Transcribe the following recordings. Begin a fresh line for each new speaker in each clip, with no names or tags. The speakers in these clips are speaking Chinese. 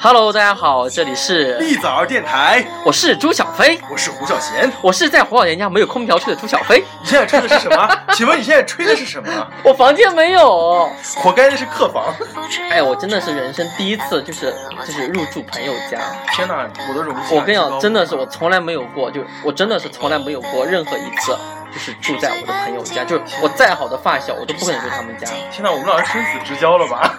Hello，大家好，这里是
一早电台，
我是朱小飞，
我是胡小贤。
我是在胡老爷家没有空调吹的朱小飞，
你现在吹的是什么？ 请问你现在吹的是什么？
我房间没有。
活该那是客房。
哎，我真的是人生第一次，就是就是入住朋友家。
天哪，我的荣幸
我
啊！
跟你
这
讲，
个
真的是我从来没有过，就我真的是从来没有过任何一次，就是住在我的朋友家，就是我再好的发小，我都不可能住他们家。
天哪，我们俩是生死之交了吧？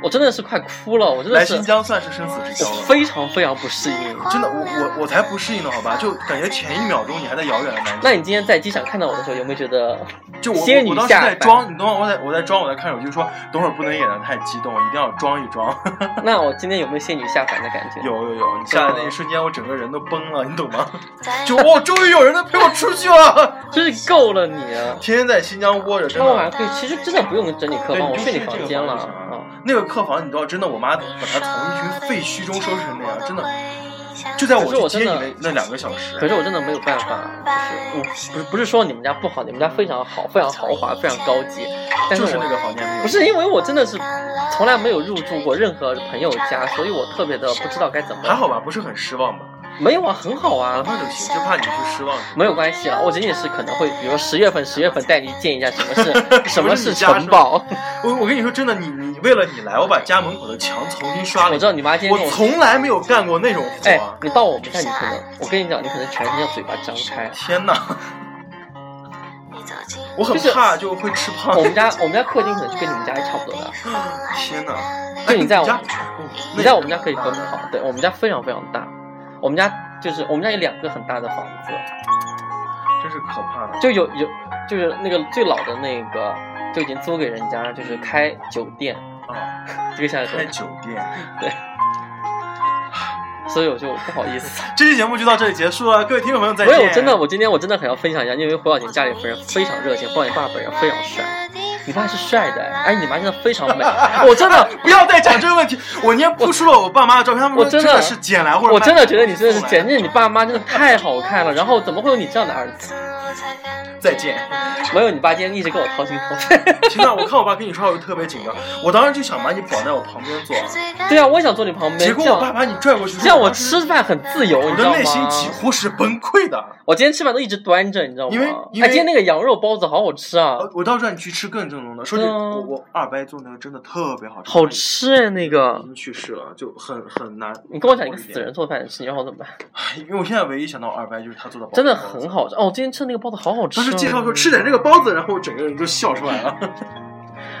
我真的是快哭了，我真的
来
是
新疆算是生死之交
我
了。
非常非常不适应。
真的，我我我才不适应呢，好吧？就感觉前一秒钟你还在遥远的南
那你今天在机场看到我的时候，有没有觉得
京，就我
仙
我
女
我当时
下
在
凡
装，你等会儿我在我在装，我在看手机说，等会儿不能演的太激动，一定要装一装。
那我今天有没有仙女下凡的感觉？
有有有，你下来那一瞬间，我整个人都崩了，你懂吗？ 就哦，终于有人能陪我出去了，
真是够了你啊！
天天在新疆窝着，真
那我晚
的
上。可以，其实真的不用整理客
对
房，
你
我
就
睡你
睡这
房
个
间了
房就行了
啊。
那个客房，你知道，真的，我妈把它从一群废墟中收拾成那样，真的，就在
可是我
我去
真
接
的
你那那两个小时。
可是我真的没有办法，就是我嗯不是不是说你们家不好，你们家非常好，非常豪华，非常高级，但
就是是
我
那个房间没有，
不是因为我真的是从来没有入住过任何朋友家，所以我特别的不知道该怎么。
还好吧，不是很失望吧？
没有啊，很好啊，
那就行，就怕你会失望。
没有关系啊。我仅仅是可能会，比如十月份，十月份带你见一下什么是 什么是城堡。
我我跟你说，真的，你你为了你来，我把家门口的墙重新刷了
我
一
知
遍。
道你妈今天跟
我
我说，
从来没有干过那种活
哎
啊，！
你到我们家，你可能，我跟你讲，你可能全身要嘴巴张开。
天哪，我很
就是
怕就会吃胖
我。们家我们家客厅可能就跟你们家差不多大，
嗯天哪！
就你在我
哎
们
家哦那
你在我们家可以分好，对我们家非常非常大，我们家就是我们家有两个很大的房子，
真是可怕的。
就有有就是那个最老的那个就已经租给人家，就是开酒店，
啊，
这个现在
开
说，
酒店。
所以我就不好意 思。
这期节目就到这里结束了，各位听众朋友再
没
见。
有，真的，我今天我真的很要分享一下，因为胡小宁家里人非常热情，胡小宁爸本人非常帅，你爸是帅的，哎，你妈真的非常 美，我真的，
不要再讲这个问题。我今天扑出了我爸妈的照片，他们
我
说
真
真
的
的是捡来或者
我真的
卖
觉得你真的是，
送来
简直你爸妈真的太好看了，然后怎么会有你这样的儿子？
再见。
没有，你爸今天一直跟我掏心掏 肺。
天呐，我看我爸跟你说话，我就特别紧张。我当时就想把你绑在我旁边坐，
对啊，我也想坐你旁边，
结果
这
我爸
样
把你拽过去，
这样啊我吃饭很自由，
我
你知
的
道
内心几
吗？
乎是崩溃的。
我今天吃饭都一直端着，你知道吗？
因为因为
哎，今天那个羊肉包子好好吃啊，
呃我到时候让你去吃更正宗的。说句
对啊
我我二伯做那个真的特别好吃，
好吃哎，那
已
个。
经去世了，就很很难。
你跟我讲一个死人做饭的事，你让我怎么办？
唉，因为我现在唯一想到我二伯就是他做的包子，
真的很。好吃哦！我今天吃的那个包子好好吃、
当
啊。
时介绍说吃点这个包子，然后我整个人就笑出来了。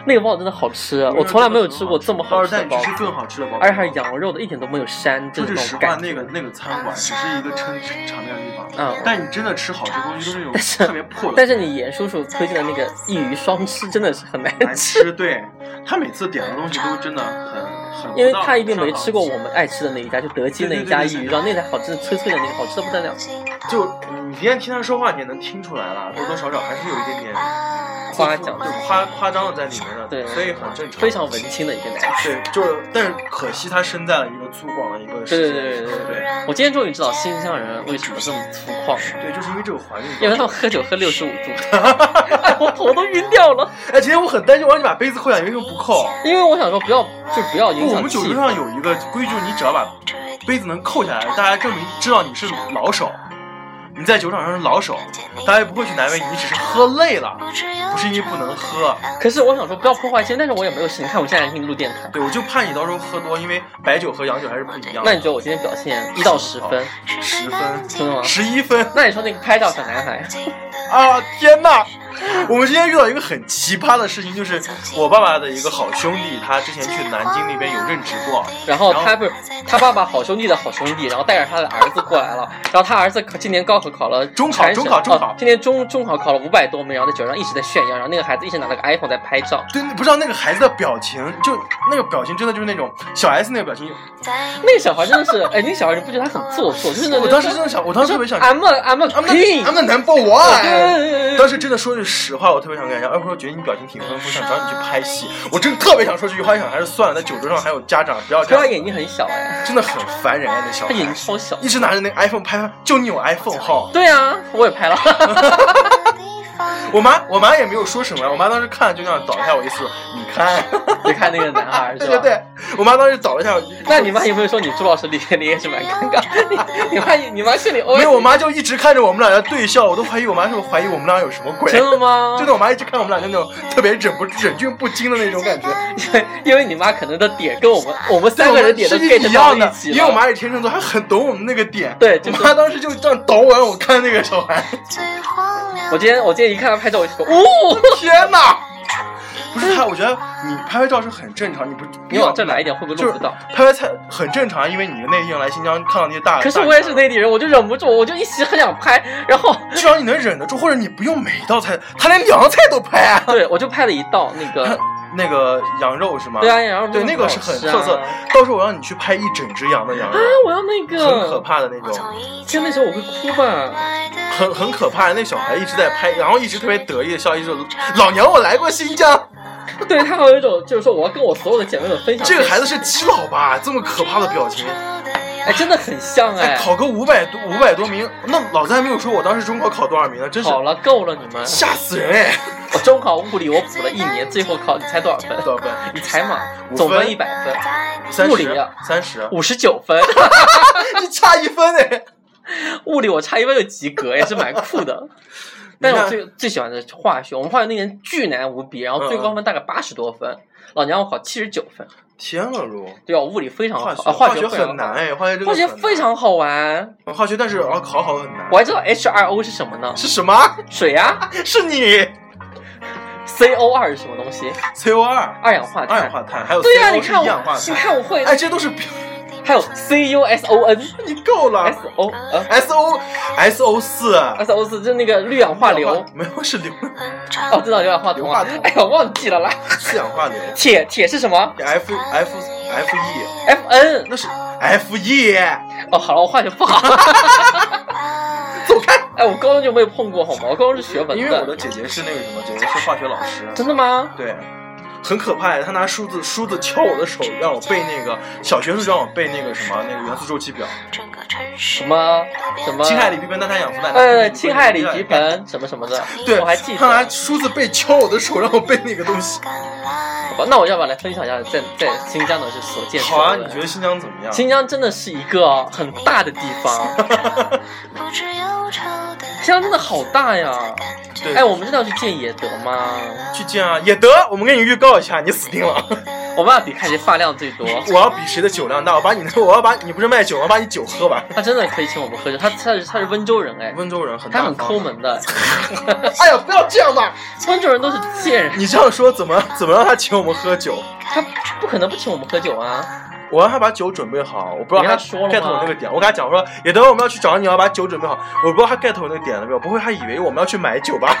那个包子真的好吃，呃我从来没有吃过这么好
到时
吃
候带
的
你
包
去吃
子，
更好吃的包子，
而且还是羊肉的，一点都没有膻，就是
说句
那
实
种
话，
感
那个那个餐馆只是一个撑场面的地方，
嗯
但你真的吃好吃的东西都是那种
但是
特别破
但
的，
是你严叔叔推荐的那个一鱼双吃真的是很难
难
吃，
吃。对他每次点的东西都真的很很，
因为他一定没吃过我。们爱吃的那一家，就德基那一家一鱼双，那家好吃的脆脆的那个，好吃的不得了。
就你今天听他说话，你也能听出来了，多多少少还是有一点点
夸奖
对夸夸张的在里面的，
对
所以很正常，
非常文青的一个男生。
对，就是但是可惜他身在了一个粗犷的一个
对
世界，
对对对对
对
我今天终于知道新疆人为什么这么粗犷了，
对，就是因为这个环境。
因为他们喝酒喝六十五度， 哎，我头都晕掉了。
哎，今天我很担心，我让你把杯子扣下，你为什么不扣？
因为我想说不要，就不要影
哦不，我
响
们
气
酒桌
氛。
上有一个规矩，你只要把杯子能扣下来，大家证明知道你是老手，你在酒场上是老手，大家也不会去难为你，你只是喝累了，不是因为不能喝。
可是我想说不要破坏气氛，但是我也没有事情。你看我现在还给你录电台，
对，我就怕你到时候喝多，因为白酒和洋酒还是不一样
那
的。
你觉得我今天表现一到十分，
十分，
真的吗？
十一分
那你说那个拍照小男孩，
啊！天哪，我们今天遇到一个很奇葩的事情，就是我爸爸的一个好兄弟，他之前去南京那边有任职过，
然后他不是他爸爸好兄弟的好兄弟，然后带着他的儿子过来了，然后他儿子考今年高考考了
中考
全省
中考中考
哦今年中中考考了五百多名，然后在酒上一直在炫耀，然后那个孩子一直拿了个 iPhone 在拍照，
对，不知道那个孩子的表情，就那个表情真的就是那种小 S 那个表情，
那个小孩真的是，哎，那个小孩你不觉得他很做作？就是那
我当时真的想，我当时特别想
I'm a I'm a
I'm the
king，
I'm the number one。
对
当时真的说句实话，我特别想跟人家，要不说觉得你表情挺丰富，想找你去拍戏，我真的特别想说这句话，想还是算了，在酒桌上还有家长，不要这
可他
样，
眼睛很小哎，
真的很烦人啊，那小
他眼睛
孩，
超小。
一直拿着那个 iPhone 拍，拍就你有 iPhone 号。
对啊，我也 拍了。
我妈我妈也没有说什么呀，我妈当时看了就那样倒一下我一思，你看，
你看那个男孩是
对
吧？
对对，我妈当时倒了一下，
那你妈有没有说你朱老师脸脸也是蛮尴尬？你你妈你妈心里
没有，我妈就一直看着我们俩在对笑，我都怀疑我妈是不是怀疑我们俩有什么鬼。
真的吗？
真的，我妈一直看我们俩就那种特别忍不忍俊不禁的那种 感觉。
因为你妈可能的点跟我们我们三个人点都
是
get
一
到
样
一
的，
起了，
因为我妈也天秤座，她很懂我们那个点。
对就是
我妈当时就这样倒完，我看那个小孩，
我今天我今天一看她拍照，我 就说哦，
天哪！ 不是她，我觉得你拍拍照是很正常，你不
你往这来一点会不会
就是
录不到？
拍拍菜很正常，啊因为你那天来新疆看到那些大，
可是
大
我也是内地人，我就忍不住，我就一时很想拍，然 后。
至少你能忍得住，或者你不用每一道菜，他连两个菜都拍、啊
对我就拍了一道那个，
那个羊肉是
呃
吗？
对啊，然后
对那个是很
好
特
吃
色
啊。
到时候我让你去拍一整只羊的羊肉，
啊我要那个，
很可。怕的那种，
天，那时候我会哭吧？
很很可怕。那小孩一直在拍，然后一直特别得意的笑，一直说：“老娘我来过新疆。
对他好有一种，就是说我要跟我所有的姐妹们分”享。
这个孩子是基佬吧？这么可怕的表情，
哎，真的很像
哎，
哎。
考个五百多五百多名，那老子还没有说我当时中考考多少名呢，真是
好了，够了你们！
吓死人哎！
我中考物理我补了一年，最后考你猜多少分？
多少分？
你猜嘛，
五
总分
分
一百分，
三
物理
十
啊，
三十，
五十九分。
你差一分哎！
物理我差一分就及格，也是蛮酷的。但是我
看嗯
最最喜欢的是化学，我们化学那年巨难无比，然后最高分大概八十多分，老娘我考七十九分。
天了噜！
对啊，我物理非常好，
化学
啊、化
学
非常
很难
好，
哎，化学这个
化学
很
非常好玩。
难化学，但是啊考好很难
我。还知道 H 2 O 是什么呢？
是什么？
水呀、
是你
c O 2是什么东西？
CO 二
二氧化
二
碳。
氧化碳，还有
对呀、
CO
你看
是一氧化
我，你
碳。
看我会，
哎，这都是标
还有 C U S O N
你够了
S O 呃
SO SO 四啊
S O 四，就是那个氯氧化硫。
没有是硫
哦，知道硫氧化铜啊
硫化。
哎呀，忘记了啦。
四氧化硫
铁铁是什么
F F F E
？F N。
那是 F E
哦，好了，我化学不好。
走开，
哎，我高中就没有碰过，好吗？我高中是学文
因为我的姐姐是那个什么，姐姐是化学老师，啊
真的吗？
对，很可怕呀！他拿梳子梳子敲我的手，让我背那个小学时候让我背那个什么那个元素周期表，
什么什么？
氢氦锂铍苯单碳氧氟氮。
呃，氢氦锂铍。苯什么什么的，
对，
我还记得。
他拿梳子背敲我的手，让我背那个东西。
好吧，那我要不要来分享一下在在新疆的是所见所
好啊，
闻？
你觉得新疆怎么样？
新疆真的是一个很大的地方，新疆真的好大呀！
对，
哎，我们真的要去见野德吗？
去见啊，也得，我们给你预告一下，你死 定了。
我们要比看谁发量最多。
我要比谁的酒量大，我把你 的，我要把你不是卖酒，我要把你酒喝完。
他真的可以请我们喝酒，他他是他是温州人哎，
温州人很大
他
方
很抠。门的，
哎呀，不要这样嘛！
温州人都是贱人，
你这样说怎么怎么让他请我们喝酒？
他不可能不请我们喝酒啊！
我让他把酒准备好，我不知道
你跟他说了
他 get
吗
我那个点。我跟他讲说，也等会我们要去找你，要把酒准备好。我不知道他 get 我那个点了没有，不会他以为我们要去买 酒吧？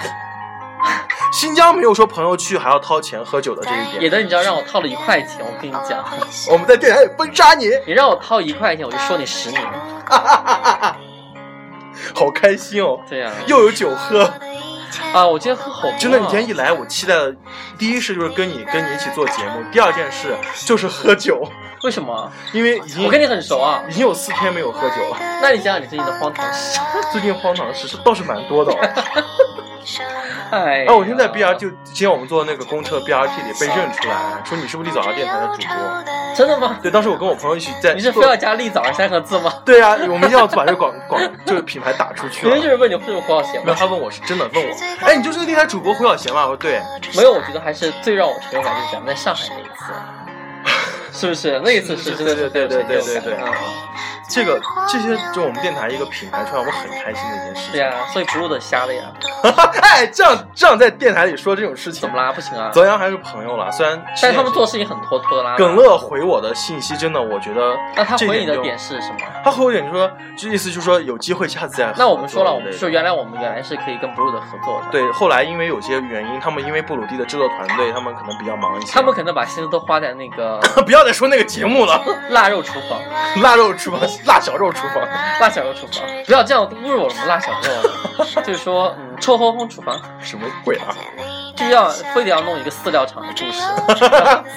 新疆没有说朋友去还要掏钱喝酒的这一
野
点，
德，你知道让我掏了一块钱，我跟你讲，
我们在电台里封杀你，
你让我掏一块钱，我就说你十年。
好开心哦，
对呀、
又有酒喝。
啊，我今天喝好多啊、
真的，你今天一来，我期待的第一是就是跟你跟你一起做节目，第二件事就是喝酒，
为什么？
因为已经
我跟你很熟啊。
已经有四天没有喝酒了。
那你讲讲你最近的荒唐事。
最近荒唐的事是倒是蛮多 的、哦。
哎呀，
哎，我现在 B R 就今天我们坐那个公车 B R T 里被认出来，说你是不是立早
哎
上电台的主播？
真的吗？
对，当时我跟我朋友一起在
你是非
坐
要加“立早上”三个字吗？
对啊，我们一定要把这个广广这个品牌打出去
别
了
人就。是问你会不会胡小贤
啊没有，
吗？
他问我是真的问我，哎，你就是那个电台主播胡小贤吗？我说对，
没有，我觉得还是最让我成就感就是咱们在上海那一次，是不是？那一次是真的是
对对对
很有
对对
成就
对
感嗯
这个这些就我们电台一个品牌，是让我很开心的一件事
对
情。
呀，所以不录的瞎了呀，
哎，这样这样在电台里说这种事情，
怎么？啦？不行啊！
泽阳还是朋友了，虽然
但是他们做事情很拖拖拉拉。
耿乐回我的信息，真的我觉得
那他
这
回你的
就
点是什么？
他回我点就说，就意思就是说有机会下次再合作
那我们说了，我
之类
们
的
说原来我们原来是可以跟 Blue 的合作的，，
对，后来因为有些原因，他们因为布鲁蒂的制作团队，他们可能比较忙一些。
他们可能把心思都花在那个
不要再说那个节目了，
腊肉厨房、
腊肉厨房、腊小肉厨房。
腊小肉厨房，不要这样侮辱我们腊小肉，就是说，嗯，臭烘烘厨房，
什么鬼啊！
就要非得要弄一个饲料厂的故事。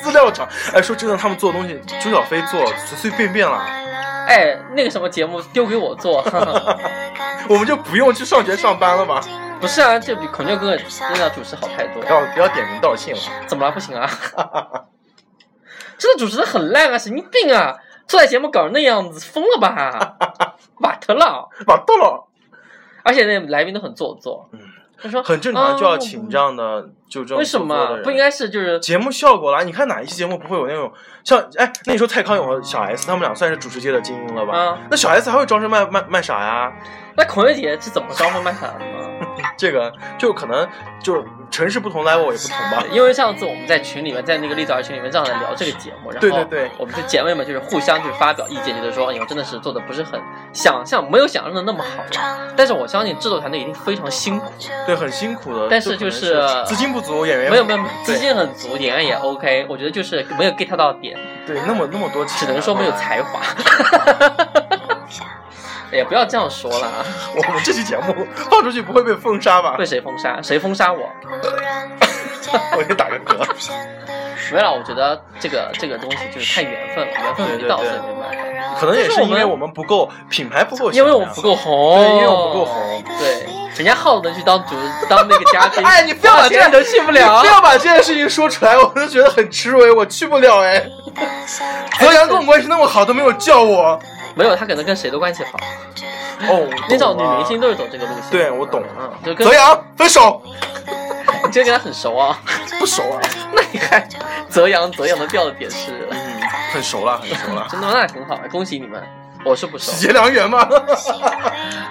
饲料厂，哎，说真的，他们做的东西，朱小飞做随随便便了，
哎，那个什么节目丢给我做， 哈哈
我们就不用去上学上班了吧？
不是啊，这比孔雀哥哥
哦
真的要主持好太多
不。要不要点名道姓了。
怎么了？不行啊！ 这个主持人很烂啊，神经病啊！出来节目搞成那样子，疯了吧？ 瓦特了！
把逗了，
哦而且那来宾都很做作
嗯，
他说
很正常，就要请这
啊
样的就这种
为什
做作的
么
人
不应该是就是
节目效果啦？你看哪一期节目不会有那种像哎，那你说蔡康永和小 S 他们俩算是主持界的精英了吧？
啊？
那小 S 还会装神卖卖卖傻呀？
那孔雀姐是怎么招呼麦卡的嗯呢？
这个就可能就是城市不同，level 也不同吧。
因为上次我们在群里面，在那个立早儿群里面正好在聊这个节目，然后
对对对
我们的姐妹们就是互相就是发表意见，觉得说哎呦真的是做的不是很想象，没有想象的那么好了。但是我相信制作团队一定非常辛苦，
对，很辛苦的。
但是
就可能
就是
是资金不足，演员
没有没有
不足
资金很足，演员也 OK，我觉得就是没有 get 到点，
对对那么那么多，啊
只能说没有。才 华。 也不要这样说了啊！
我们这期节目 放出去不会被封杀吧
被？谁封杀？谁封杀我？
我给打个嗝。
没了，我觉得这个这个东西就是看缘分了，缘分没到所以没办法。
可能也
就是是我
因
们
为我们不够品牌不够，啊
因为我们不。哦够红，
对，因为我们不够。红。
对，人家耗能去当主当那个嘉宾，
哎你不要把这
花钱都去不了
你不。要把这件事情说出来，我都觉得很耻辱哎，我去不了哎。泽阳跟我关系那么好，都没有叫我。
没有，他可能跟谁都关系好。
哦，
那种女明星都是走这个路线。
对我懂
嗯，就跟
泽阳分手
你就跟他很熟啊。
不熟啊？
那你还泽阳泽阳的调的点是，
嗯，很熟了，很熟 了。
真的那很好，恭喜你们。我是不熟
喜，结良缘吗？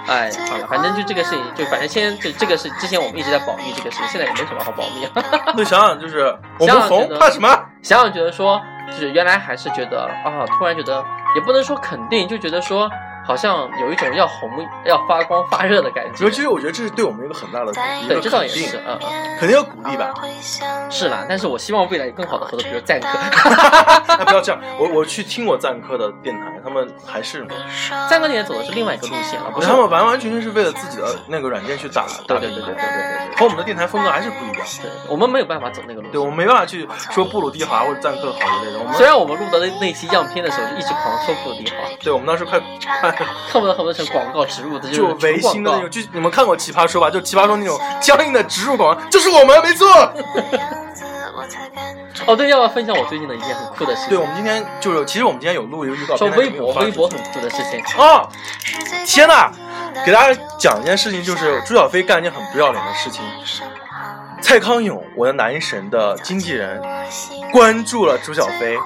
哎，好了，反正就这个事情，就反正先就这个事，之前我们一直在保密这个事，现在也没什么好保 密。啊
就想想，就是我
想
们
想觉
红
得
怕什么？
想想觉得说，就是原来还是觉得啊，突然觉得也不能说肯定，就觉得说好像有一种要红、要发光发热的感觉
尤。其是我觉得这是对我们一个很大的一
对，
个
这倒
肯
也
定，
是，嗯，嗯
肯定要鼓励吧。
是啦。但是我希望未来有更好的合作，比如赞歌。
那不要这样，我我去听我赞科的电台，他们还是，
赞歌现在走的是另外一个路线了，不是
他？们完完全全是为了自己的那个软件去打。
对对对对对对对对
和我们的电台风格还是不一样。
对，我们没有办法走那个路
对，我
线。
们没办法去说布鲁迪好啊或者赞科好之类的。我们
虽然我们录的那那期样片的时候就一直狂说布迪好，
对我们当时快快
恨不得恨不得成广告植入的，
就是违
纯广
心的
告
那种，。就你们看过《奇葩说》吧？就《奇葩说》那种僵硬的植入广告，就是我们没错。
哦，对，要不要分享我最近的一件很酷的事情？
对，我们今天就是，其实我们今天有录一个预告
说
片，
微博，微博
很
很酷的事情。
哦，天呐，给大家讲一件事情，就是朱小飞干一件很不要脸的事情。蔡康永，我的男神的经纪人，关注了朱小飞。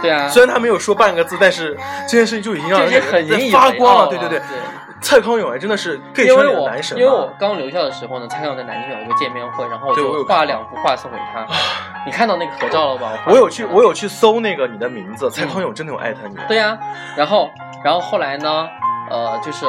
对啊，
虽然他没有说半个字，但是这件事情就已经让
这
人
些很引以
在
为
发光
傲
了。对对对，
对，
蔡康永哎，真的是 gay
因
圈
为
里的
我
男神啊
因为我
吧。
刚留校的时候呢，蔡康永在南京有一个见面会，然后我
对我有
就
看
画了两幅画送给他。 你看到那个合照了吧？我画
我有去，我有去搜那个你的名字，蔡康永真的有艾特你。
嗯对呀、然后然后后来呢，呃，就是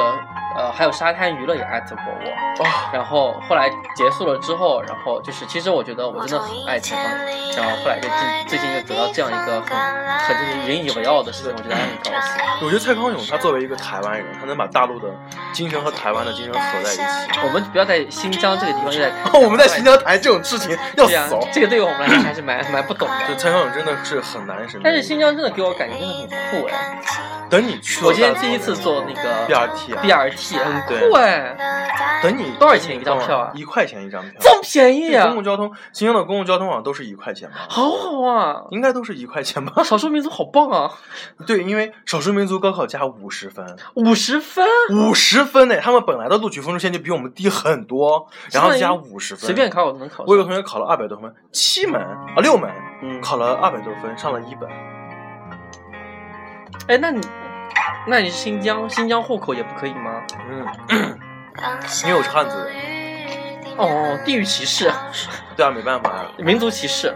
呃，还有沙滩娱乐也艾特过我。
哇，
然后后来结束了之后，然后就是其实我觉得我真的很爱蔡康永，然后后来就近最近就得到这样一个很很就是引以为傲的事情，我觉得还很高兴。
我觉得蔡康永他作为一个台湾人，他能把大陆的精神和台湾的精神合在一起。
我们不要在新疆这个地方又在 谈
我们在新疆台这种事情要
对 呀、
死哦。
这个对于我们来说还是蛮蛮不懂的
就。蔡康永真的是很男神的一个人，
但是新疆真的给我感觉真的很酷哎！
等你去了，
我今天第一次做那个
BRT 啊
BRT，很酷哎，
等你
多少钱一张票啊
一块钱一张票，
这么便宜
公
啊
共，交通，新疆的公共交通好像都是一块钱吧？
好好啊！
应该都是一块钱吧？
啊，少数民族好棒啊，
对，因为少数民族高考加五十分，
五十分，
五十分呢，他们本来的录取分数线就比我们低很多，然后加五十分，
随便。考我都能考
我有个
上。
同学考了二百多分，七门啊六门，
嗯，
考了二百多分，上了一本。
哎，那你，那你是新疆新疆户口也不可以吗？
嗯，因为我是汉族人，
哦，地域歧视，
对啊，没办法呀、
民族歧视，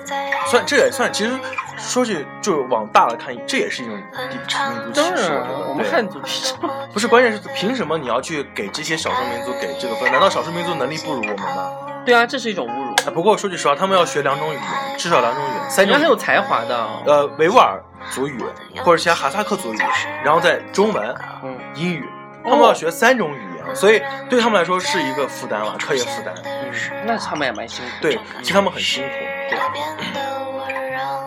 算这也算，其实说句就是往大了看，这也是一种地区民族歧
当
视，
然
我觉
啊
得。
我们
对
汉族歧视。
不是，关键是凭什么你要去给这些少数民族给这个分？难道少数民族能力不如我们吗？
对啊，这是一种侮辱。
哎，不过说句实话，他们要学两种语言，至少两种语言，三
人家
种语
很
言
有才华的，啊
呃维吾尔族语或者其他哈萨克族语，然后再中文、
嗯，
英语，他
哦
们要学三种语言，所以对他们来说是一个负担了，课业负担。
嗯，那他们也蛮辛苦。
对，其实他们很辛苦。对，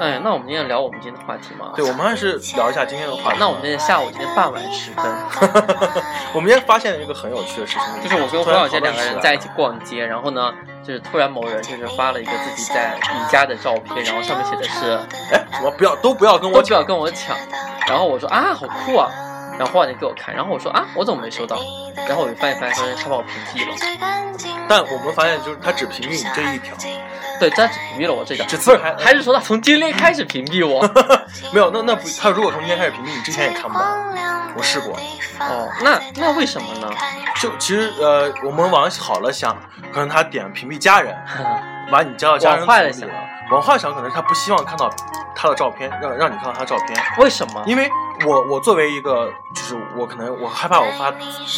哎，那我们今天聊我们今天的话题吗？
对，我们还是聊一下今天的话题。
那我们今天下午今天傍晚时 分，
我们今天发现了一个很有趣的事情，
就是我跟胡小姐两个人在一起逛街，然后呢，就是突然某人就是发了一个自己在宜家的照片，然后上面写的是
哎，什么不要都不要跟我
都不要跟我抢，然后我说啊好酷啊，然后画点给我看，然后我说啊我怎么没收到，然后我就翻一翻，发现他把我屏蔽了，
但我们发现就是他只屏蔽你这一条，
对，他只屏蔽了我这条，
只字还
还是说他从今天开始屏蔽我？
没有那那不他如果从今天开始屏蔽你，之前也看不到，我试过。
哦，那那为什么呢？
就其实呃，我们往好了想，可能他点屏蔽家人，把你加到家人
往坏了
群
想
里了。往坏想，可能是他不希望看到他的照片，让让你看到他的照片，
为什么？
因为我我作为一个，就是我可能我害怕我发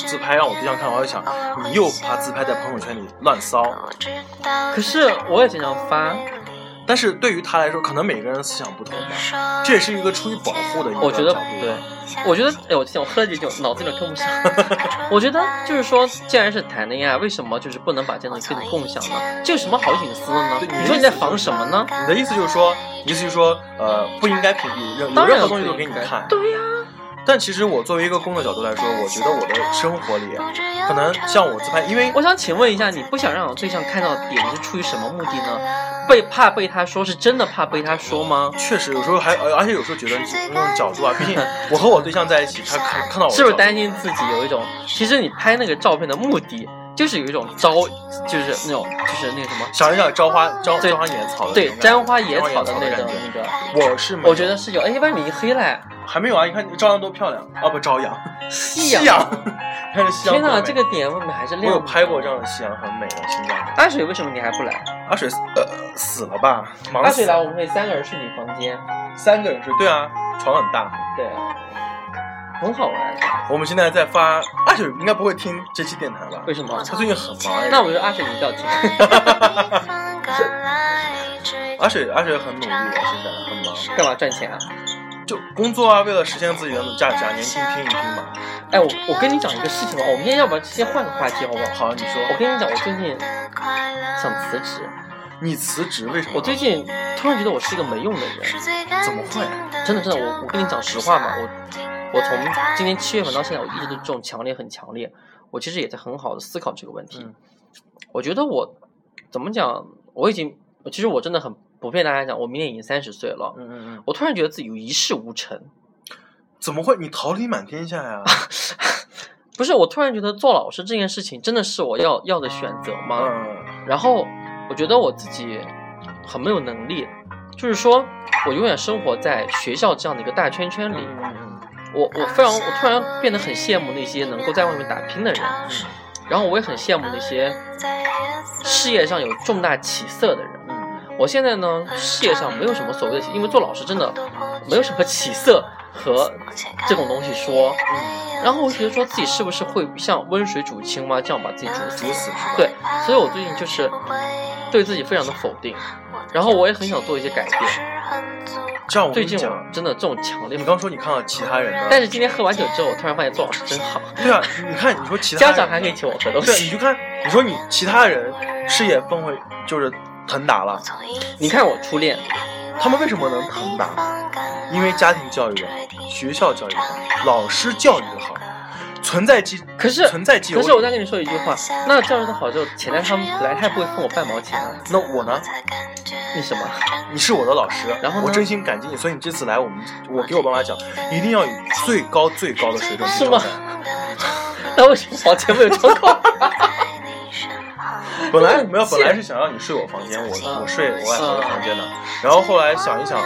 自拍让我对象看，我就想你又发自拍在朋友圈里乱骚。
可是我也经常发，
但是对于他来说，可能每个人思想不同吧，这也是一个出于保护的一个
我觉得
角
不
度
对，我觉得，哎，我天，我喝了几酒，脑子有点跟不上。我觉得就是说，既然是谈恋爱，为什么就是不能把这东西跟你共享呢？这有什么好隐私的呢？
对
你说你在防什么呢？
你的意思就是说，你意思就是说，呃，不应该屏蔽任有
当然
任何东西
不
都
应
给你
该
看。
对呀、
但其实我作为一个工作角度来说，我觉得我的生活里，啊可能像我自拍，因为
我想请问一下，你不想让我对象看到的点是出于什么目的呢？被怕被他说是真的怕被他说吗？
确实有时候还，呃而且有时候觉得那种角度啊，毕竟我和我对象在一起，他看看到我的
是不是
角度
担心自己有一种？其实你拍那个照片的目的就是有一种招，就是那种就是那个什么，
想一想朝花朝
对
朝花野草的
对
那，种感觉
沾花野
朝
草的
的
那
感
种
觉。
那个。
我是没有
我觉得是有，哎，外面已经黑了，
还没有啊，你看朝阳多漂亮啊，不朝阳，
夕
夕阳，看着夕阳
天
多
哪，
美。
这个点外面还是
我
亮。
有拍过这。样的夕阳，很美的新疆。
阿水为什么你还不来？
阿水呃死了吧？
阿
忙
水
死
来，
了。
我们可以三个人去你房间。
三个人睡，对啊，床很大。
对啊，很好玩。
我们现在在发，阿水应该不会听这期电台吧？
为什么？
他最近很忙哎。
那我觉得阿水你不要听。
阿水阿水很努力的，现在很忙，
干嘛赚钱啊？
就工作啊，为了实现自己的价值啊，年轻拼一拼嘛。
哎，我我跟你讲一个事情吧，我们今天要不然直接换个话题好不好？
好，你
我
说，
跟你讲，我最近想辞职，
你辞职为什么？
我最近突然觉得我是一个没用的人。
怎么会？
真的真的，我我跟你讲实话嘛，我我从今年七月份到现在，我一直都这种强烈很强烈。我其实也在很好的思考这个问题。
嗯
我觉得我怎么讲，我已经其实我真的很不骗大家讲，我明年已经三十岁了。
嗯嗯嗯，
我突然觉得自己有一事无成，
怎么会？你桃李满天下 呀！
不是我突然觉得做老师这件事情真的是我要要的选择吗？
嗯，
然后我觉得我自己很没有能力，就是说我永远生活在学校这样的一个大圈圈里。
嗯
我我非常我突然变得很羡慕那些能够在外面打拼的人，
嗯
然后我也很羡慕那些事业上有重大起色的人。我现在呢，事业上没有什么所谓的，因为做老师真的没有什么起色和这种东西说。
嗯
然后我觉得说自己是不是会像温水煮青蛙这样把自己煮死？
主死是吧？
对，所以我最近就是
嗯
对自己非常的否定，然后我也很想做一些改变。
这样我跟
最
你
近
嗯讲，
我真的这种强烈
你，刚说你看到其他人
但
的，
是今天喝完酒之后，我突然发现做老师真好，
对啊，你看你说其他
家
人
长还可以请我喝东
对，
西。
你就看，你说你其他人事业分会就是腾达了，
你看我初恋，
他们为什么能腾达？因为家庭教育的好，学校教育的好，老师教育的好，存在即
可是
存在即有
可
理。
是我再跟你说一句话，那教育的好之后，钱在他们来，他也不会分我半毛钱啊。
那我呢？
为什么？
你是我的老师，
然后呢
我真心感激你，所以你这次来我们，我给我爸妈讲，一定要以最高最高的水准去
是
招
吗
待。
那为什么房前没有窗口？
本来没有，本来是想让你睡我房间，我
嗯
我睡我外婆的房间的，然后后来想一想，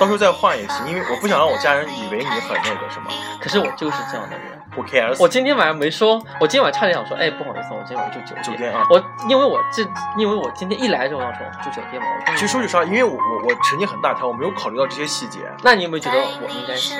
到时候再换也行，因为我不想让我家人以为你很那个什么。
可是我就是这样的 人。
Who cares？
我今天晚上没说，我今天晚上差点想说，哎，不好意思，我今天晚上住酒
酒
店。
店啊，
我因为我这，因为我今天一来就想说住酒店嘛，我
其实说句实话，因为我我我神经很大条，我没有考虑到这些细节。
那你有没有觉得我应该是？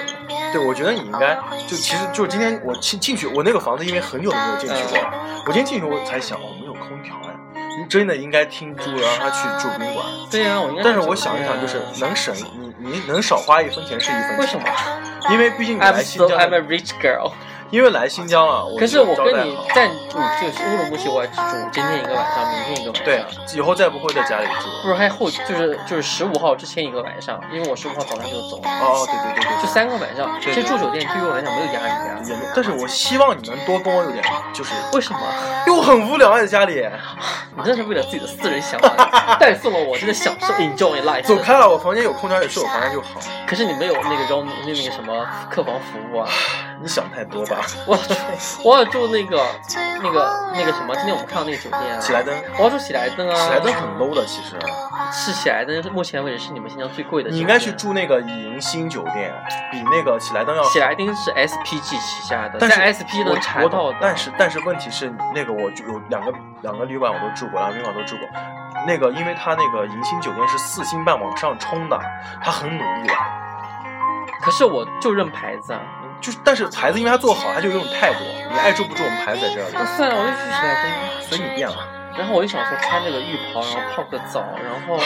对，我觉得你应该就其实就是今天我进进去，我那个房子因为很久都没有进去过
嗯
了，我今天进去我才想，哦，没有空调哎，你真的应该听住，让他去住宾馆。
对呀、我应该。哎
但是我想一想，就是能省你你能少花一分钱是一分钱，
啊为什么？
因为毕竟你
I'm
来新
so
疆
I'm
的，
a rich girl。
因为来新疆了，我
哎可是
就
我
招
跟
待
你
好
在住就是乌鲁木齐，我还只住今天一个晚上，明天一个晚上。
对，以后再不会在家里住
不是
了。
还后就是就是十五号之前一个晚上，因为我十五号早上就走，
哦，对对对对
就三个晚上。其实住酒店对于我来讲没有压力啊。
也但是我希望你能多跟我有点，就是
为什么？
因为我很无聊啊在家里。
你真的是为了自己的私人想 法，带送了我真的享受 enjoy life。
走开了，我房间有空调也睡我房间就好。
可是你没有那个 room 那那个什么客房服务啊。
你想太多吧？
我要住，我要住那个那个那个什么，今天我们看到那个酒店啊，
喜来登，
我要住喜来登啊，
喜来登很 low 的，其实
是喜来登，目前为止是你们新疆最贵的酒店。
你应该去住那个迎新酒店，比那个喜来登要好。
喜来登是 SPG 旗下的，
但是
在 SP 能查
我我
到
懂
的，，
但是但是问题是，那个我就有两个两个旅馆我都住过，两个旅馆我都住过。那个因为他那个迎新酒店是四星半往上冲的，他很努力的，
可是我就认牌子啊。
就是但是牌子因为他做好，他就有种态度，你爱住不住我们牌子在这
那
里，
算了，我就去喜来
所以你变了。
登。然后我就想说穿这个浴袍，然后泡个澡，然后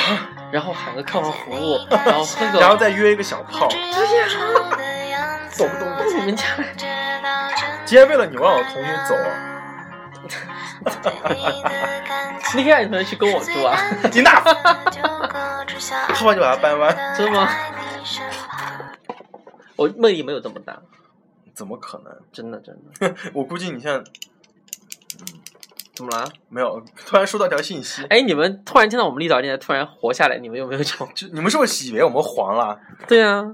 然后喊个客房服务，然后喝个。
啊然后再约一个小 泡，
对呀，
走不动
到你嗯们家来，
今天为了你，我让我同学走，
你可以让你同学去跟我住啊，
你那 后面就把他掰弯，
真的吗？我梦里没有这么大，
怎么可能？
真的真的。
我估计你现在
怎么了？
没有，突然收到条信息，
哎，你们突然听到我们立早电台突然活下来，你们有没有这种？
就你们是不是以为我们黄了？
对啊，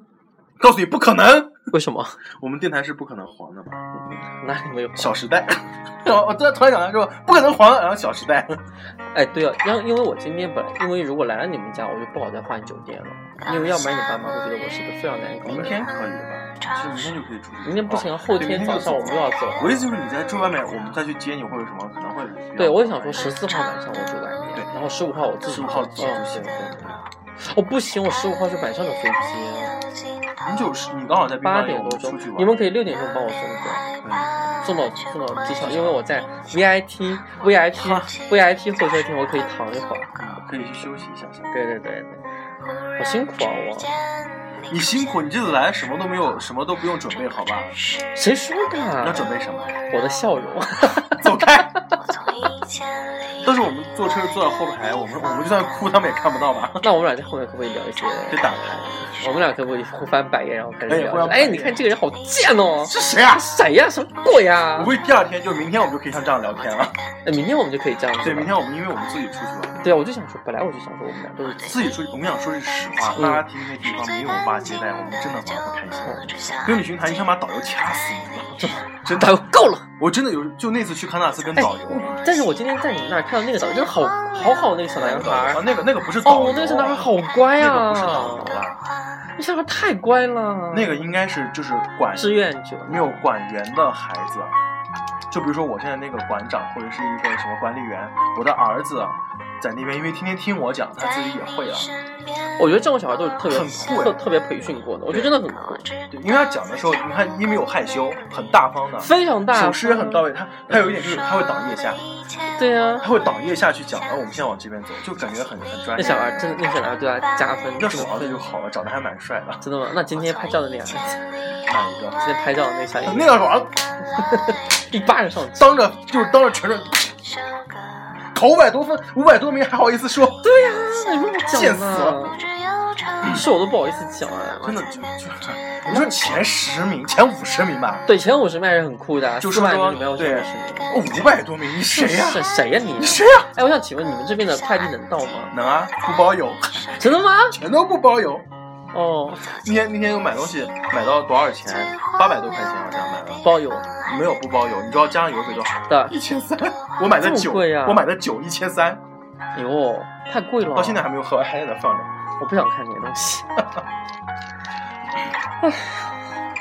告诉你不可能，
为什么？
我们电台是不可能黄的嘛。
哪里没有？
小时代，哦我我突然突然想到说不可能黄，然后小时代，
哎，对啊，然后因为我今天本来，因为如果来了你们家，我就不好再换酒店了，
啊
因为要不然你爸妈会觉得我是个非常难搞的人。
可以了吧？是明天就可以出去
明天不行，后
对
天
明
早
就
上我们又要走了。
我意思就是你在住外面，我们再去接你或者什么，可能会比较
对，我也想说十四号晚上我住外面，
对
然后十五号我自己
十五号
嗯，
走就
对
行。
对对。我不行，我十五号是晚上的飞机，
你就是你刚好在冰
八
岛，
点
我
多
们
钟
出去，玩。
嗯你们可以六点钟帮我送走。嗯送到送到机场，因为我在 VIP VIP VIP 候车厅，我可以躺一会儿。
嗯可以去休息一下下。
对对对对，好辛苦啊我！
你辛苦，你这次来什么都没有，什么都不用准备，好吧？
谁说的
你要
啊？
准备什么？
我的笑容。
走开！
但
但是我们坐车坐到后排，我们我们就算哭，他们也看不到吧？
那我们俩在后面可不可以聊一些？
得打牌。
我们俩可不可以互翻白眼，然后开始
哎互
聊？
相
哎，你看这个人好贱哦！
是谁啊？
谁呀？什么鬼呀
不？会第二天就明天我们就可以像这样聊天了。
哎明天我们就可以这样子
对，
了
明天我们因为我们自己出去玩，
对啊，我就想说，本来我就想说我们俩都是
自己出去，我们想说句实话，
嗯
大家听那地方没有我爸接待，我们真的玩不开
嗯
心。跟旅行团，你想把导游掐死你知道吗？真
导游
的，
够了。
我真的有，就那次去喀纳斯跟
哎
导游，，
但是我今天在你们那儿看到那个导游，真的好好好那个小男孩
啊
儿，
那个那个不是导游，
哦，那个小男孩好乖
那
啊！
个不是导游啊，
那小孩太乖了。
那个应该是就是管
志愿者，
没有管员的孩子，就比如说我现在那个馆长或者是一个什么管理员，我的儿子在那边，因为天天听我讲，他自己也会啊了。
我觉得这种小孩都是特别
很酷哎
特特别培训过的，我觉得真的很酷，
对，因为他讲的时候，你看，因为有害羞，很大方的，
非常大，
手势也很到。位。他他有一点就是他会倒腋下，
对啊，
他会倒腋下去讲，然后我们现在往这边走，就感觉很很
那
专业。
小孩真的，那小孩对他加分。
要是我儿子就好了，长得还蛮帅的。
真的吗？那今天拍照的那个，今
哪一个？
天拍照的那个小
呃那个儿子
一巴掌上去。
当着就是当着全是考五百多分，五百多名还好意思说，
对呀、你们不
啊贱
讲
死
呢？是我都不好意思讲啊。
真的就就你说前十名、前五十名吧，
对，前五十名还是很酷的啊，
就
四
是
万
说
名里面有前
对
五十名。
哦，五百多名，你谁呀、
是谁呀、你
你？谁呀、
哎，我想请问你们这边的快递能到吗？
能啊，不包邮，
真的吗？
全都不包邮。
哦，
那天那天又买东西，买到多少钱？八百多块钱好像买了，
包邮
没有不包邮，你知道加上邮费多少？
的。
一千三，我买的
这
酒，
么贵啊呀
我买的酒一千三，
哟，太贵了。
到现在还没有喝完，还在那放着，
我不想看这些东西，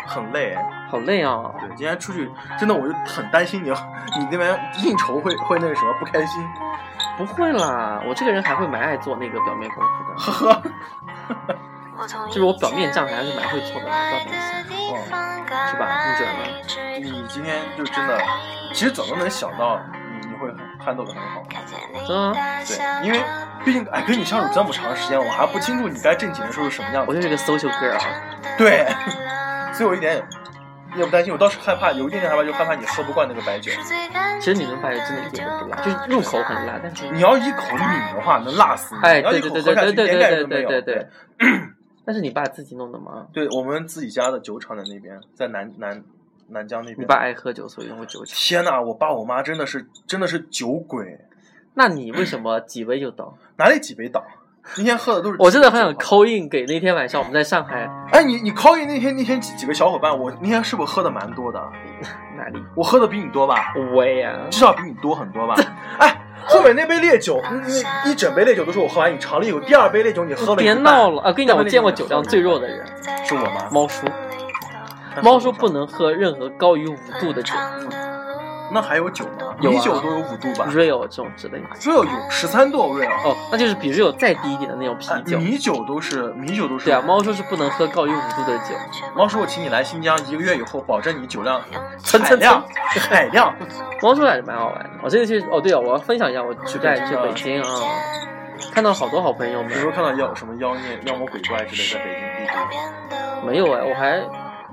很累。
好累啊。
对，今天出去真的我就很担心你， 你那边应酬会会那个什么不开心。
不会啦，我这个人还会蛮爱做那个表面功夫的， 就是我表面账还是蛮会做的，不要担心。
哦
是吧你觉得呢
你今天就真的，其实早都能想到你你会 handle 的很好。
真的吗，
对，因为毕竟哎跟你相处这么长时间，我还不清楚你该正经的时候是什么样
我
子。
啊就是个 social girl，
对，所以我一点也你也不担心，我倒是害怕，有一点点害怕，就害怕你喝不惯那个白酒。
其实你那白酒真的一点都不辣，就是入口很辣，但是
你要一口抿的话，能辣死你。
哎，
你要
对
一
对
口
对
喝
对
下去，
对
一
对
点感觉
对
都没
对
有。
对对。 但是你爸自己弄的吗？
对我们自己家的酒厂的那边，在南南南江那
你
边。
爸爱喝酒，所以用过酒厂。
天呐，我爸我妈真的是真的是酒鬼，
那你为什么几杯就倒？
哪里几杯倒？今天喝的都是。 啊
我真的很想。扣印给那天晚上我们在上海
哎，你你 call in 那天那天几几个小伙伴，我那天是不是喝的蛮多的？
哪里？啊
我喝的比你多吧，
我呀，
至少比你多很 多吧。哎，后面那杯烈酒，一一整杯烈酒都是我喝完，你尝了一口，第二杯烈酒你喝了一
别
半哎
闹了！啊，跟你讲，我见过酒量
量
最弱的人，
是我吗？
猫叔。
但是
猫叔不能喝任何高于五度的酒嗯
那还有酒吗？
有啊
米酒都有五度吧？
，real 这种之类的。
real 有十三度 real，
哦，那就是比 real 再低一点的那种啤酒。
米酒都是米酒都是。
对啊，猫叔是不能喝高于五度的酒。
猫叔，我请你来新疆一个月以后，保证你酒量
蹭
海
蹭
量海量。
猫叔还是蛮好玩的。我这次去，哦对啊，我要分享一下我去在去北京啊，看到好多好朋友
你
们
有。没有看到妖什么妖孽、妖魔鬼怪之类在北京地区？
没有哎，我还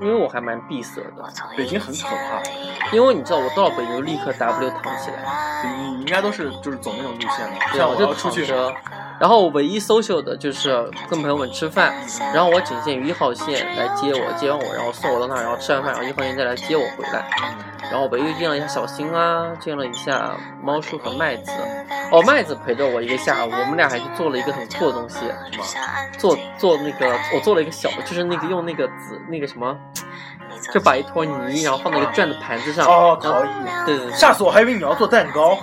因为我还蛮闭塞的，
北京很可怕，
因为你知道我到了北京就立刻 W 躺起来，
你你应该都是就是走那种路线的，
对啊，
像
我
要
就
出
躺
去，
着。然后唯一 social 的就是跟朋友们吃饭，然后我仅限于一号线来接我，接完我然后送我到那儿，然后吃完饭然后一号线再来接我回来。然后我又见了一下小新啊，见了一下猫叔和麦子。哦，麦子陪着我一个下午，我们俩还去做了一个很酷的东西，
是吧？
做做那个我做了一个小，就是那个用那个纸那个什么，就把一坨泥然后放在一个转的盘子上。
哦，
然后
可以。
对对对。
吓死我，还以为你要做蛋糕。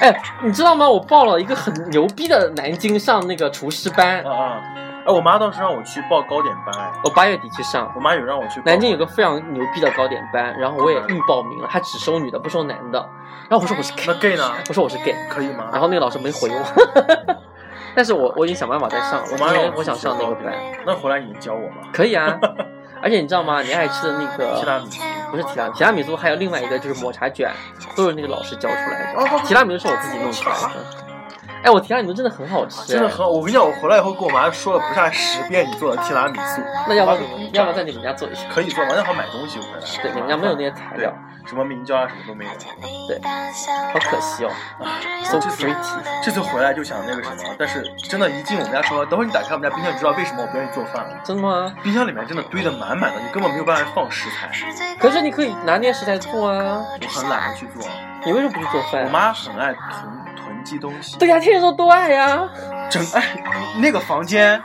哎，你知道吗？我报了一个很牛逼的南京上那个厨师班
啊，啊！哎，我妈当时让我去报糕点班，哎
我八月底去上。
我妈有让我去报。
南京有个非常牛逼的糕点班，然后我也预报名了，他只收女的不收男的。然后我说我是 gay，
嗯哎那 gay 呢？
我说我是 gay，
可以吗？
然后那个老师没 回我，但是我我已经想办法再上了，
我妈
因
让
为
我
我想上那个班，
班，那回来你教我吧。
可以啊。而且你知道吗？你爱吃的那
提拉
个
米苏
不是提拉米苏，提拉米苏还有另外一个就是抹茶卷，都是那个老师教出来的
哦。
提拉米苏是我自己弄出来的。哎，我提拉米苏真的很好吃，哎
真的很好，我跟你讲，我回来以后跟我妈说了不下十遍你做的提拉米苏，
那要不要你要不要在你们家做一下？
可以做，完了好买东西回来。
对，你们家没有那些材料，
什么明胶啊，什么都没有。
对，好可惜哦。So
我这次
pretty，
这次回来就想那个什么，但是真的，一进我们家厨房，等会儿你打开我们家冰箱，你知道为什么我不愿意做饭了。
真的吗？
冰箱里面真的堆得满满的，你根本没有办法放食材。
可是你可以拿捏食材做啊，
我很懒得去做，
你为什么不去做饭？
我妈很爱囤囤积东西。
对呀、天蝎座多爱呀、
整哎那个房间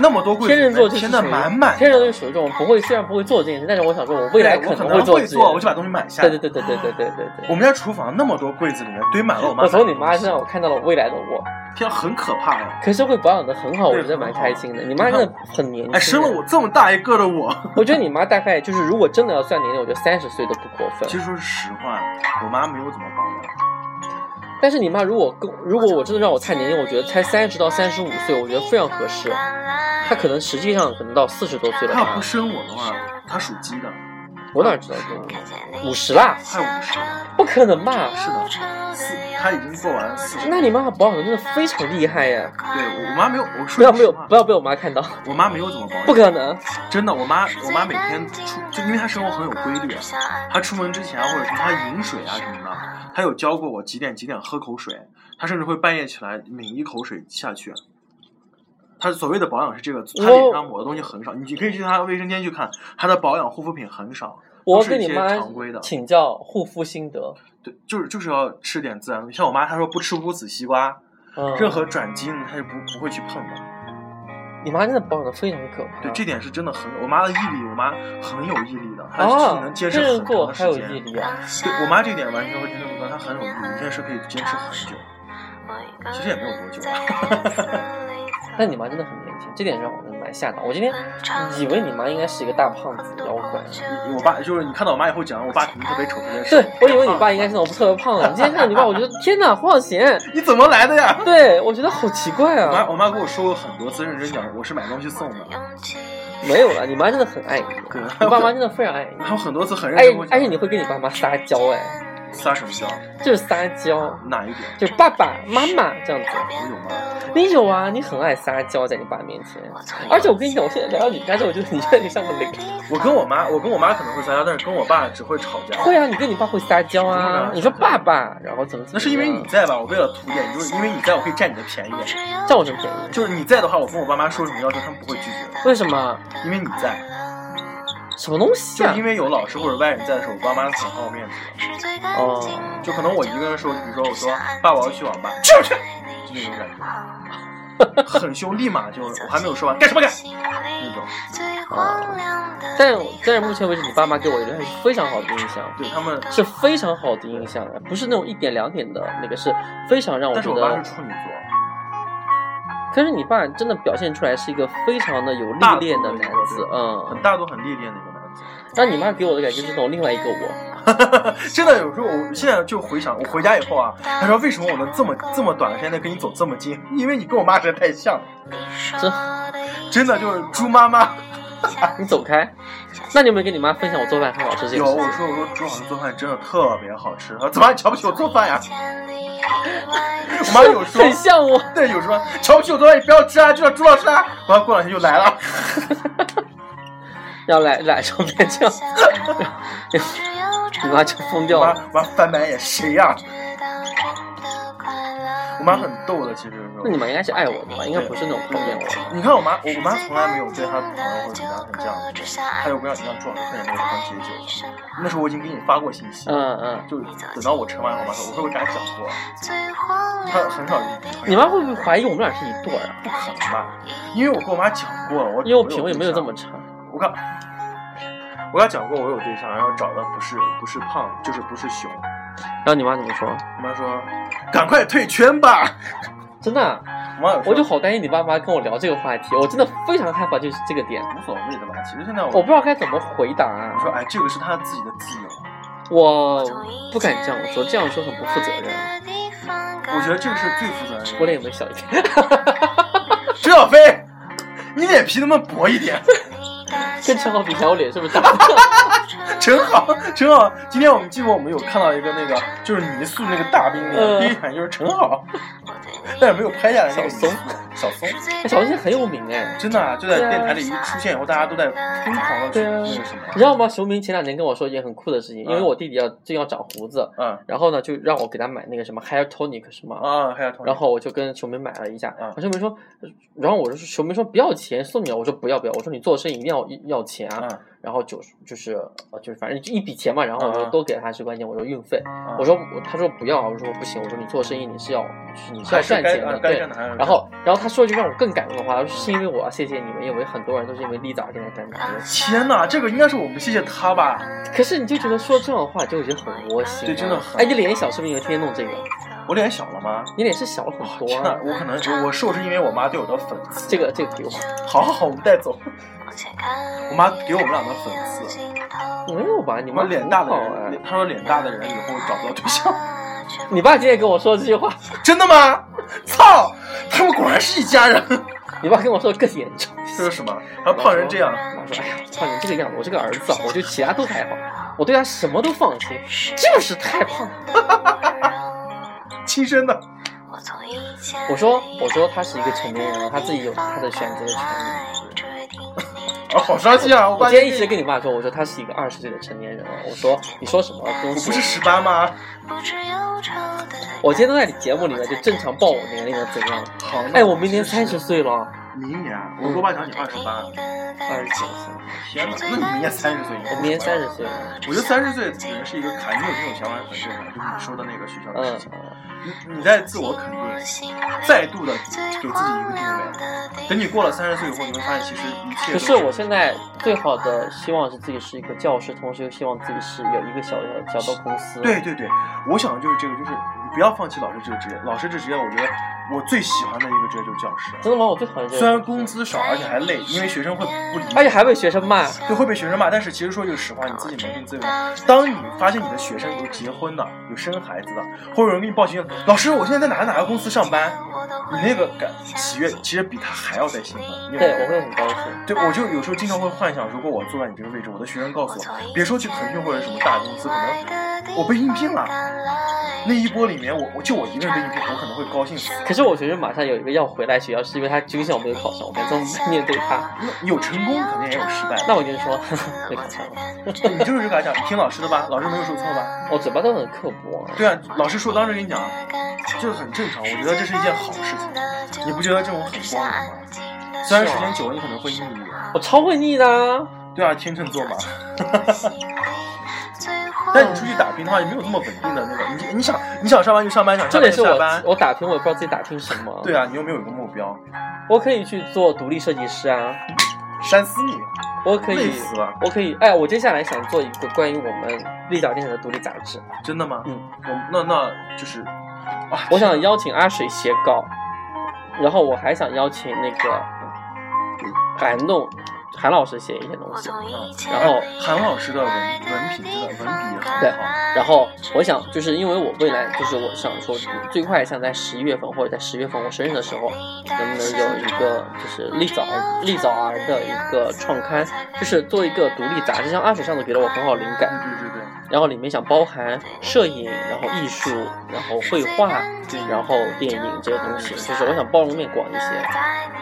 那么多柜子
天
里面，
秤座就是
填的
属于
满满的。
天秤座就是属于这种不会，虽然不会做这件事，但是我想说，我未来
对我
能
能
做
会
这件事
做，我就把东西买下来。
对对对对对对对对对。
我们家厨房那么多柜子里面堆满了我妈，
我从你妈身上，我看到了我未来的我，
天啊，很可怕呀！
可是会保养的很好，我
对
觉得蛮
很好
开心的。你妈真的很年轻，
哎，生了我这么大一个的我，
我觉得你妈大概就是，如果真的要算年龄，我觉得三十岁都不过分
其。实说实话，我妈没有怎么保养。
但是你妈如果跟如果我真的让我猜年龄，我觉得猜三十到三十五岁，我觉得非常合适。她可能实际上可能到四十多岁了
她要
吧
不，生我的话，她属鸡的，
我哪知道多少？五十啦，
快五十了。
不可能吧？
啊是的，四，她已经做完四十。
那你妈保养的真的非常厉害耶！
对我我妈没有，我
不
说
要
句
没有
实话
不要被我妈看到，
我妈没有怎么保养，
不可能。
真的，我妈我妈每天出，就因为她生活很有规律，啊她出门之前啊或者是她饮水啊什么的，她有教过我几点几点喝口水，她甚至会半夜起来抿一口水下去。她所谓的保养是这个，
哦
她脸上抹的东西很少，你可以去她卫生间去看，她的保养护肤品很少，
我
都
跟
是一
你
些
妈
常规的。
请教护肤心得。
对，就是就是要吃点自然东西。像我妈，她说不吃无籽西瓜，
嗯，
任何转基因她就不不会去碰的。
你妈真的保养的非常可怕。
对，这点是真的很，我妈的毅力，我妈很有毅力的，她
啊
是，能坚持
天
很
秤座
长
还有
时
毅
间。
力啊！
对我妈这一点完全和天秤座，她很有毅力，一件事可以坚持很久。其实也没有多久 啊。
但你妈真的很年轻，这点让我蛮吓到。我今天以为你妈应该是一个大胖子妖怪，
我爸就是你看到我妈以后讲，我爸肯定特别丑这啊件事。
对我以为你爸应该是那种特别胖的。你今天看到你爸，我觉得天哪，黄晓贤，
你怎么来 的呀？
对我觉得好奇怪
我妈
啊。
我妈跟我说过很多次，认真讲，我是买东西送
哎
的。
没有了，你妈真 的很爱你，
对
你爸妈真的非常爱你
然。后很多次很认
哎
真跟我，讲
而且你会跟你爸妈撒娇哎，
撒什么娇？
就是撒娇，
哪一点？
就是爸爸妈妈这样子。
我有吗？
你有啊，你很爱撒娇，在你爸面前。而且我跟你讲，我现在聊到你家之后，我觉得你越来越像个零。
我跟我妈，我跟我妈可能会撒娇，但是跟我爸只会吵架。
会啊，你跟你爸会撒娇啊
嗯，
你说爸爸，然后怎么怎么样？
那是因为你在吧？我为了图点，就是因为你在，我可以占你的便宜。
占我什么便宜？
就是你在的话，我跟我爸妈说什么要求，他们不会拒绝的，
为什么？
因为你在。
什么东西
就
啊
是因？为有老师或者外人在的时候，我爸妈很好面子的。
哦，
就可能我一个人说，比如说我说爸，我要去网吧，去不去？就那种感觉，很凶，立马就我还没有说完，干什么干？那种，
但是但是目前为止，你爸妈给我留下是非常好的印象，
对他们。
是非常好的印象，啊不是那种一点两点的那个，是非常让我
但是
觉
我爸
得
是。处女座，
可是你爸真的表现出来是一个非常的有
大
历练的男子，嗯。
很大度、很历练的一个男子。
但你妈给我的感觉是那种另外一个我，
真的，有时候我现在就回想，我回家以后啊，他说为什么我能这么这么短的时间内跟你走这么近？因为你跟我妈实在太像了，
真
真的就是猪妈妈。
你走开。那你有没有跟你妈分享我做饭很好吃这
有
个事情？
我说我说猪好像做饭真的特别好吃，她啊说怎么还瞧不起我做饭呀？我妈有说
很像我，
对，有说瞧不起我做饭，你不要吃啊，就叫猪老师啊。然后过两天就来了，
要来来上面这样， 你妈就疯掉
我妈
了。
我妈翻白眼，谁呀、我
我
妈很逗的，其实有时候
那你妈应该是爱我的吧？应该不是那种讨厌我的。
你看我妈，我我妈
妈
从
从
来
来
没
没
有
有
对
对她
她朋
朋
友
友
或
或
者
者
怎
怎
么
么样
样
很这
很这样
样子，她又不
子她又不让
让
你
你这样撞了，快点给我放解
这样撞了快点给我放解酒
酒。
那时候我已经给你发过信息，
嗯
就是等到我盛完，我妈说，我说我给她讲过，她
她
很
很
少
少，
嗯，你妈会不会怀疑我们俩是一对儿啊？
不可能吧？因为我跟我妈讲过，我
因为我品味没有这么
长。
差。
我刚我刚讲过我有对象，然后找的不是不是胖，就是不是熊。
然后你妈怎么说？
我妈说赶快退圈吧。
真的啊、
我妈有说
我就好担心你爸妈跟我聊这个话题，我真的非常害怕，就是这个点，
无所谓的吧。其实现在我
我不知道该怎么回答、啊
我说哎，这个是她自己的自由。
我
不
呃不
敢
敢
这
这
样说，这样
样说，这样
说
说
很
很
不
不
负责
负责
任
任。。
我觉得这个是最负 责任的。
我脸有没有小一点？
徐小飞，你脸皮能不能薄一点？
跟陈豪比起来，我脸是不是大？
陈好，陈好，今天我们记过，我们有看到一个那个，就是泥塑那个大兵脸，
嗯
第一反应就是陈好， 但是没有拍下来那个泥塑
小
小松，
哎小星很有名哎，
真的啊，就在电台里一出现以后，大家都在 疯狂的去
对啊
那个什
你知
么，
道吗？熊明前两天跟我说一件很酷的事情，因为我弟弟要正要长胡子，
嗯
然后呢就让我给他买那个什么 hair tonic 是吗？
啊，还有同学
然后我就跟球迷买了一下，
嗯
然后球迷说，然后我就说球迷说不要钱送你啊，我说不要不要，我说你做生意一定要要钱啊，
嗯
然后就就是呃就是反正一笔钱嘛，然后我
嗯
就
嗯
多给了他十块钱，我说运费，
嗯
我说我他说不要啊，我说不行，我说你做生意你是要就是你是要
还是
赚
该
钱
啊
的，
该
对
干。的还是
然后，然后他说一句让我更感动的话，他说是因为我要谢谢你们，因为很多人都是因为丽仔而跟他感动的。
天哪，这个应该是我们谢谢他吧？
可是你就觉得说这种话就已经很窝心
对
了，
真的很
哎，你脸小是不是因为天天弄这个？
我脸小了吗？
你脸是小了很多
天
啊
哪，。我可能我我瘦是因为我妈对我的粉刺。
这个这个给我，
好好好，我们带走。
我妈给我们俩的粉丝，
没有吧？你
你
妈
们脸大的
很好哎
人，他说脸大的人以后找不到对象，
你爸今天跟我说这句话，
真的吗？操，他们果然是一家人。
你爸跟我说更严重。
这是什么？然后胖成这样，
我说：“哎呀，胖成这个样子，我这个儿子啊，我就其他都还好，我对他什么都放心，就是太胖。
亲生的。
我说，我说他是一个成年人了，他自己有他的选择的权利。
啊，好伤心啊！我
我
爸
今天一直跟你爸说，我说他是一个二十岁的成年人了。我说你说什么东
我
西？
不是十八吗？
我今天都在你节目里面就正常报我年龄了，怎样？
好，那
哎，我明年三十岁了，
明年啊，我跟我爸讲你二十八，
二十九岁，
天哪，那你明年三十岁，
我明年三十。岁了。
我觉得三十岁的人是一个坎，你有这种想法很正常，就是你说的那个学校的
嗯
事，情，你你在自我肯定，再度的给自己一个定位。等你过了三十岁以后，你会发现其实一切
可
都
是我现在最好的希望是自己是一个教师，同时又希望自己是有一个小小小的公司。
对对对，我想的就是这个，就是不要放弃老师这个职业。老师这职业，我觉得我最喜欢的一个职业就是教师。
真的吗？我最讨厌这个。
虽然工，资少，而且还累，因为学生会不理你，
而且还被学生骂。
对会被学生骂。但是其实说句实话，你自己扪心自问，当你发现你的学生有结婚的、有生孩子的，或者有人给你报信，老师，我现在在哪个哪个公司上班，你那个感喜悦其实比他还要再兴奋。你有没
对
有，
我会很高兴。
对，我就有时候经常会幻想，如果我坐在你这个位置，我的学生告诉我，别说去腾讯或者什么大公司，可能我被应聘了，啊那一波里面我我就我一个人被应聘，我可能会高兴死。
可是我学生马上有一个要回来学校，是因为他军校没有考上，我们ต้อง面对他。
你有成功，肯定也有失败。
那我跟你说，没考上了，
你就是敢讲，你听老师的吧，老师没有说错吧？
我嘴巴都很刻薄。
对啊，老师说当时跟你讲，啊这很正常，我觉得这是一件好事情，你不觉得这种很光荣吗？虽然时间久了你可能会抑郁，
我超会腻的啊，
对啊，天秤座嘛。
嗯
但你出去打拼的话，也没有那么稳定的那个，你你想你想上班就上班，想下
重
班
点是
就下班
我。我打拼，我也不知道自己打拼什么。
对啊，你又没有一个目标，
我可以去做独立设计师啊，
扇死你，
我可以
累，死了！
我可以，哎，我接下来想做一个关于我们立岛电台的独立杂志，
真的吗？
嗯，
我那那就是，啊，
我想邀请阿水写稿，然后我还想邀请那个
嗯
韩栋韩老师写一些东西，
哦
然后
韩老师的文文凭真的文笔也很好。
对然后我想，就是因为我未来，就是我想说，最快想在十一月份或者在十月份我生日的时候，能不能有一个就是立早立早儿的一个创刊，就是做一个独立杂志，像阿水上次给了我很好灵感，
对对对对。
然后里面想包含摄影，然后艺术，然后绘画，然后电影这些东西，就是我想包容面广一些，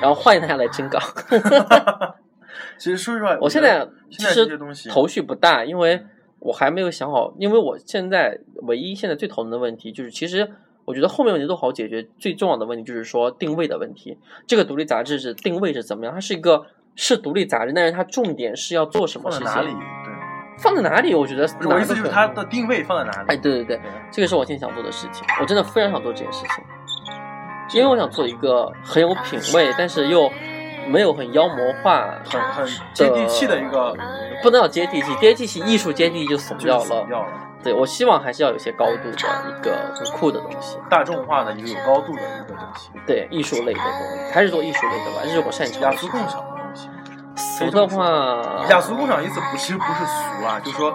然后欢迎大家来征稿。
其实说实话，
我
觉
现
得
在其
现在这些
实
东西
头绪不大，因为我还没有想好，因为我现在唯一现在最头疼的问题就是，其实我觉得后面问题都好解决，最重要的问题就是说定位的问题。这个独立杂志是定位是怎么样？它是一个是独立杂志，但是它重点是要做什么
放在
事情？
哪里？对，
放在哪里？我觉得
不是我意思就是它
哪
的
都可以
定位放在哪里？
哎，对对对，这个是我现在想做的事情，我真的非常想做这件事情，因为我想做一个很有品味，但是又没有很妖魔化、
很很接地气的一个，
不能叫接地气，接地气艺术接地气就怂
就是
掉
死
了。
掉了，
对我希望还是要有些高度的一个很酷的东西，
大众化的一个有高度的一个东西，
对艺术类的东西，还是做艺术类的吧，这是我擅长
雅
的
俗
事
共
情。
赏的东西。
俗的话，
雅俗共赏意思不其实不是俗啊，就是说，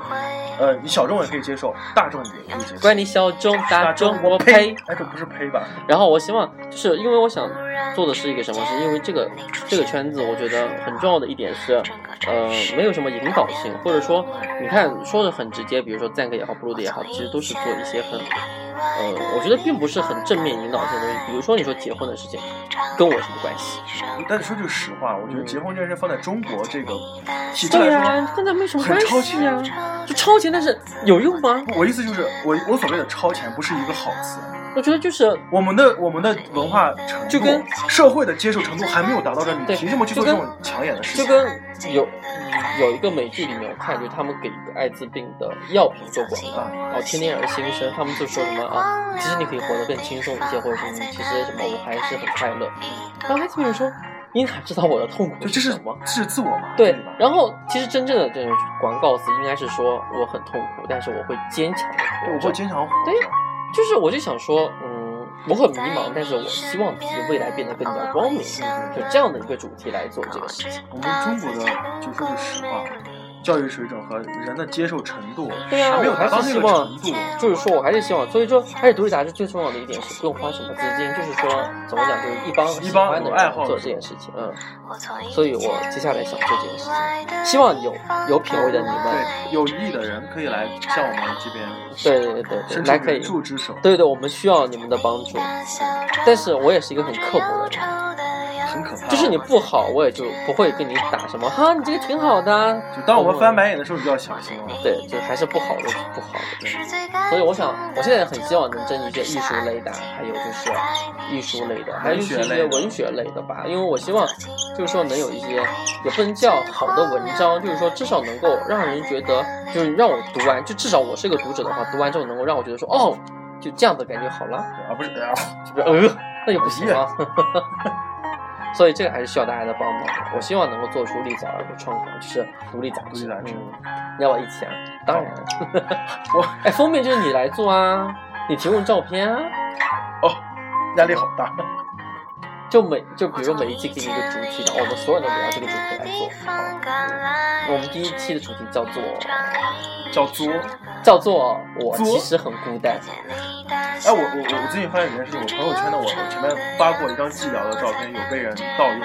呃，你小众也可以接受，大众也可以接受。
关你小众大
大
众
众
我
我呸
呸。！
哎，这不是呸吧？
然后我希望就是因为我想做的是一个什么，是因为这个这个圈子，我觉得很重要的一点是，呃，没有什么引导性，或者说你看说的很直接，比如说赞歌也好，布鲁的也好，其实都是做一些很呃，我觉得并不是很正面引导性的东西。比如说你说结婚的事情，跟我什么关系？
但说句实话，
嗯
我觉得结婚这件事放在中国这个体制
对
来
呀、
说，
跟咱没什么
很
关
超
系
前
呀、就超前，但是有用吗？
不我意思就是，我我所谓的超前不是一个好词，
我觉得就是
我们的我们的文化程度，
就跟
社会的接受程度还没有达到这里，
对
你凭什么去做
就
这
跟
种抢眼的事
就
情？
跟有有一个美剧里面我看，就是他们给一个艾滋病的药品做广告，哦，天天而新生，他们就说什么啊，其实你可以活得更轻松一些，或者什么，其实什么我还是很快乐。然啊后艾滋病人说，你哪知道我的痛苦
就这
是
是
什么？
这是自我嘛？
对
吧，？
然后其实真正的这种广告词应该是说我很痛苦，但是我会坚强的
对
活
我会
着。
经常活
对呀就是我就想说，嗯，我很迷茫，但是我希望自己未来变得更加光明，就这样的一个主题来做这个事情。
我们中国的就说句实话，教育水准和人的接受程度
对呀、
还没有
我
达
还
到
是
那
希
个
望
程度。，
就是说我还是希望，所以说，而且独立杂志最重要的一点是不用花什么资金，就是说怎么讲，就是一帮喜
一帮
欢的
有爱
人
好
做
者
这件事情，嗯，
所以我接下来想做这件事情，希望有有品味的你们，
对，有意义的人可以来向我们这边
对对对对对，
伸
来
出
可以
援，助之手，
对对，我们需要你们的帮助，但是我也是一个很刻薄的人。
很可怕。
就是你不好，我也就不会跟你打什么哈，你这个挺好的啊。
就当我们翻白眼的时候，你就要小心了。
对，就还是不好的不好的。
所以我想，我现在很希望能争一些艺术类的，还有就是
艺
艺术
术
类
类的，还有就是一
文学
些
类的
文学类的吧，因为我希
希望
望
就是说能有一些，
也不能叫好的文章，就是说至少能够让人觉得，就是让我读完，就至少我是个读者的话，读完之后能够让我觉得说，哦，就这样的感觉好了，
啊，不是，啊
是不是？呃，那也不行啊。 所以这个还是需要大家的帮忙的。我希望能够做出立早而不创刊，就是独立杂志。
独立杂志
嗯，要不要一起啊？当然。
我
哎，封面就是你来做啊。你提供照片啊，
压力好大。
就每就比
比
如
如
说
每
每
一
一期
期
给
给
你
你
一
一
个
个
主
主
题
题，
然
然
后
后
我
我
们
们
所
所
有
有
人
人
都
都
围
围绕这个主题来做。。我们第一期的
绕这个主题来做我们第一期的主题叫做
叫
叫做我其实很孤单。
作作哎，我我我我最近发现一件事情，我朋友圈的我我前面发过一张寂寥的照片，有被人盗用，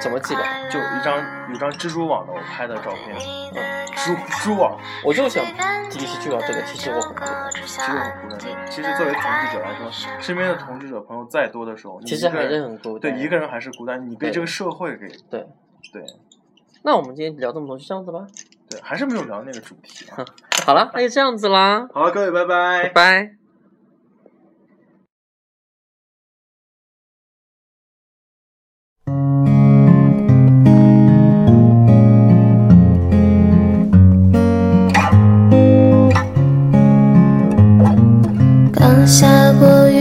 怎么记得？
就一张有张蜘蛛网的我拍的照片，嗯，蜘蛛蜘蛛网
我就想第一期就聊这个，其实我很孤单，
其实很孤单。其实作为同志者来说，身边的同志者朋友再多的时候，你
其
一
实
个
还是
人
很孤单。
对一个人还是孤单，你被
对
这个社会给
对
对
那我们今天聊这么多，就这样子吧。
对，还是没有聊那个主题 啊。
好了，那就这样子啦，
好了，各位，拜
拜
拜。
拜。
刚下过雨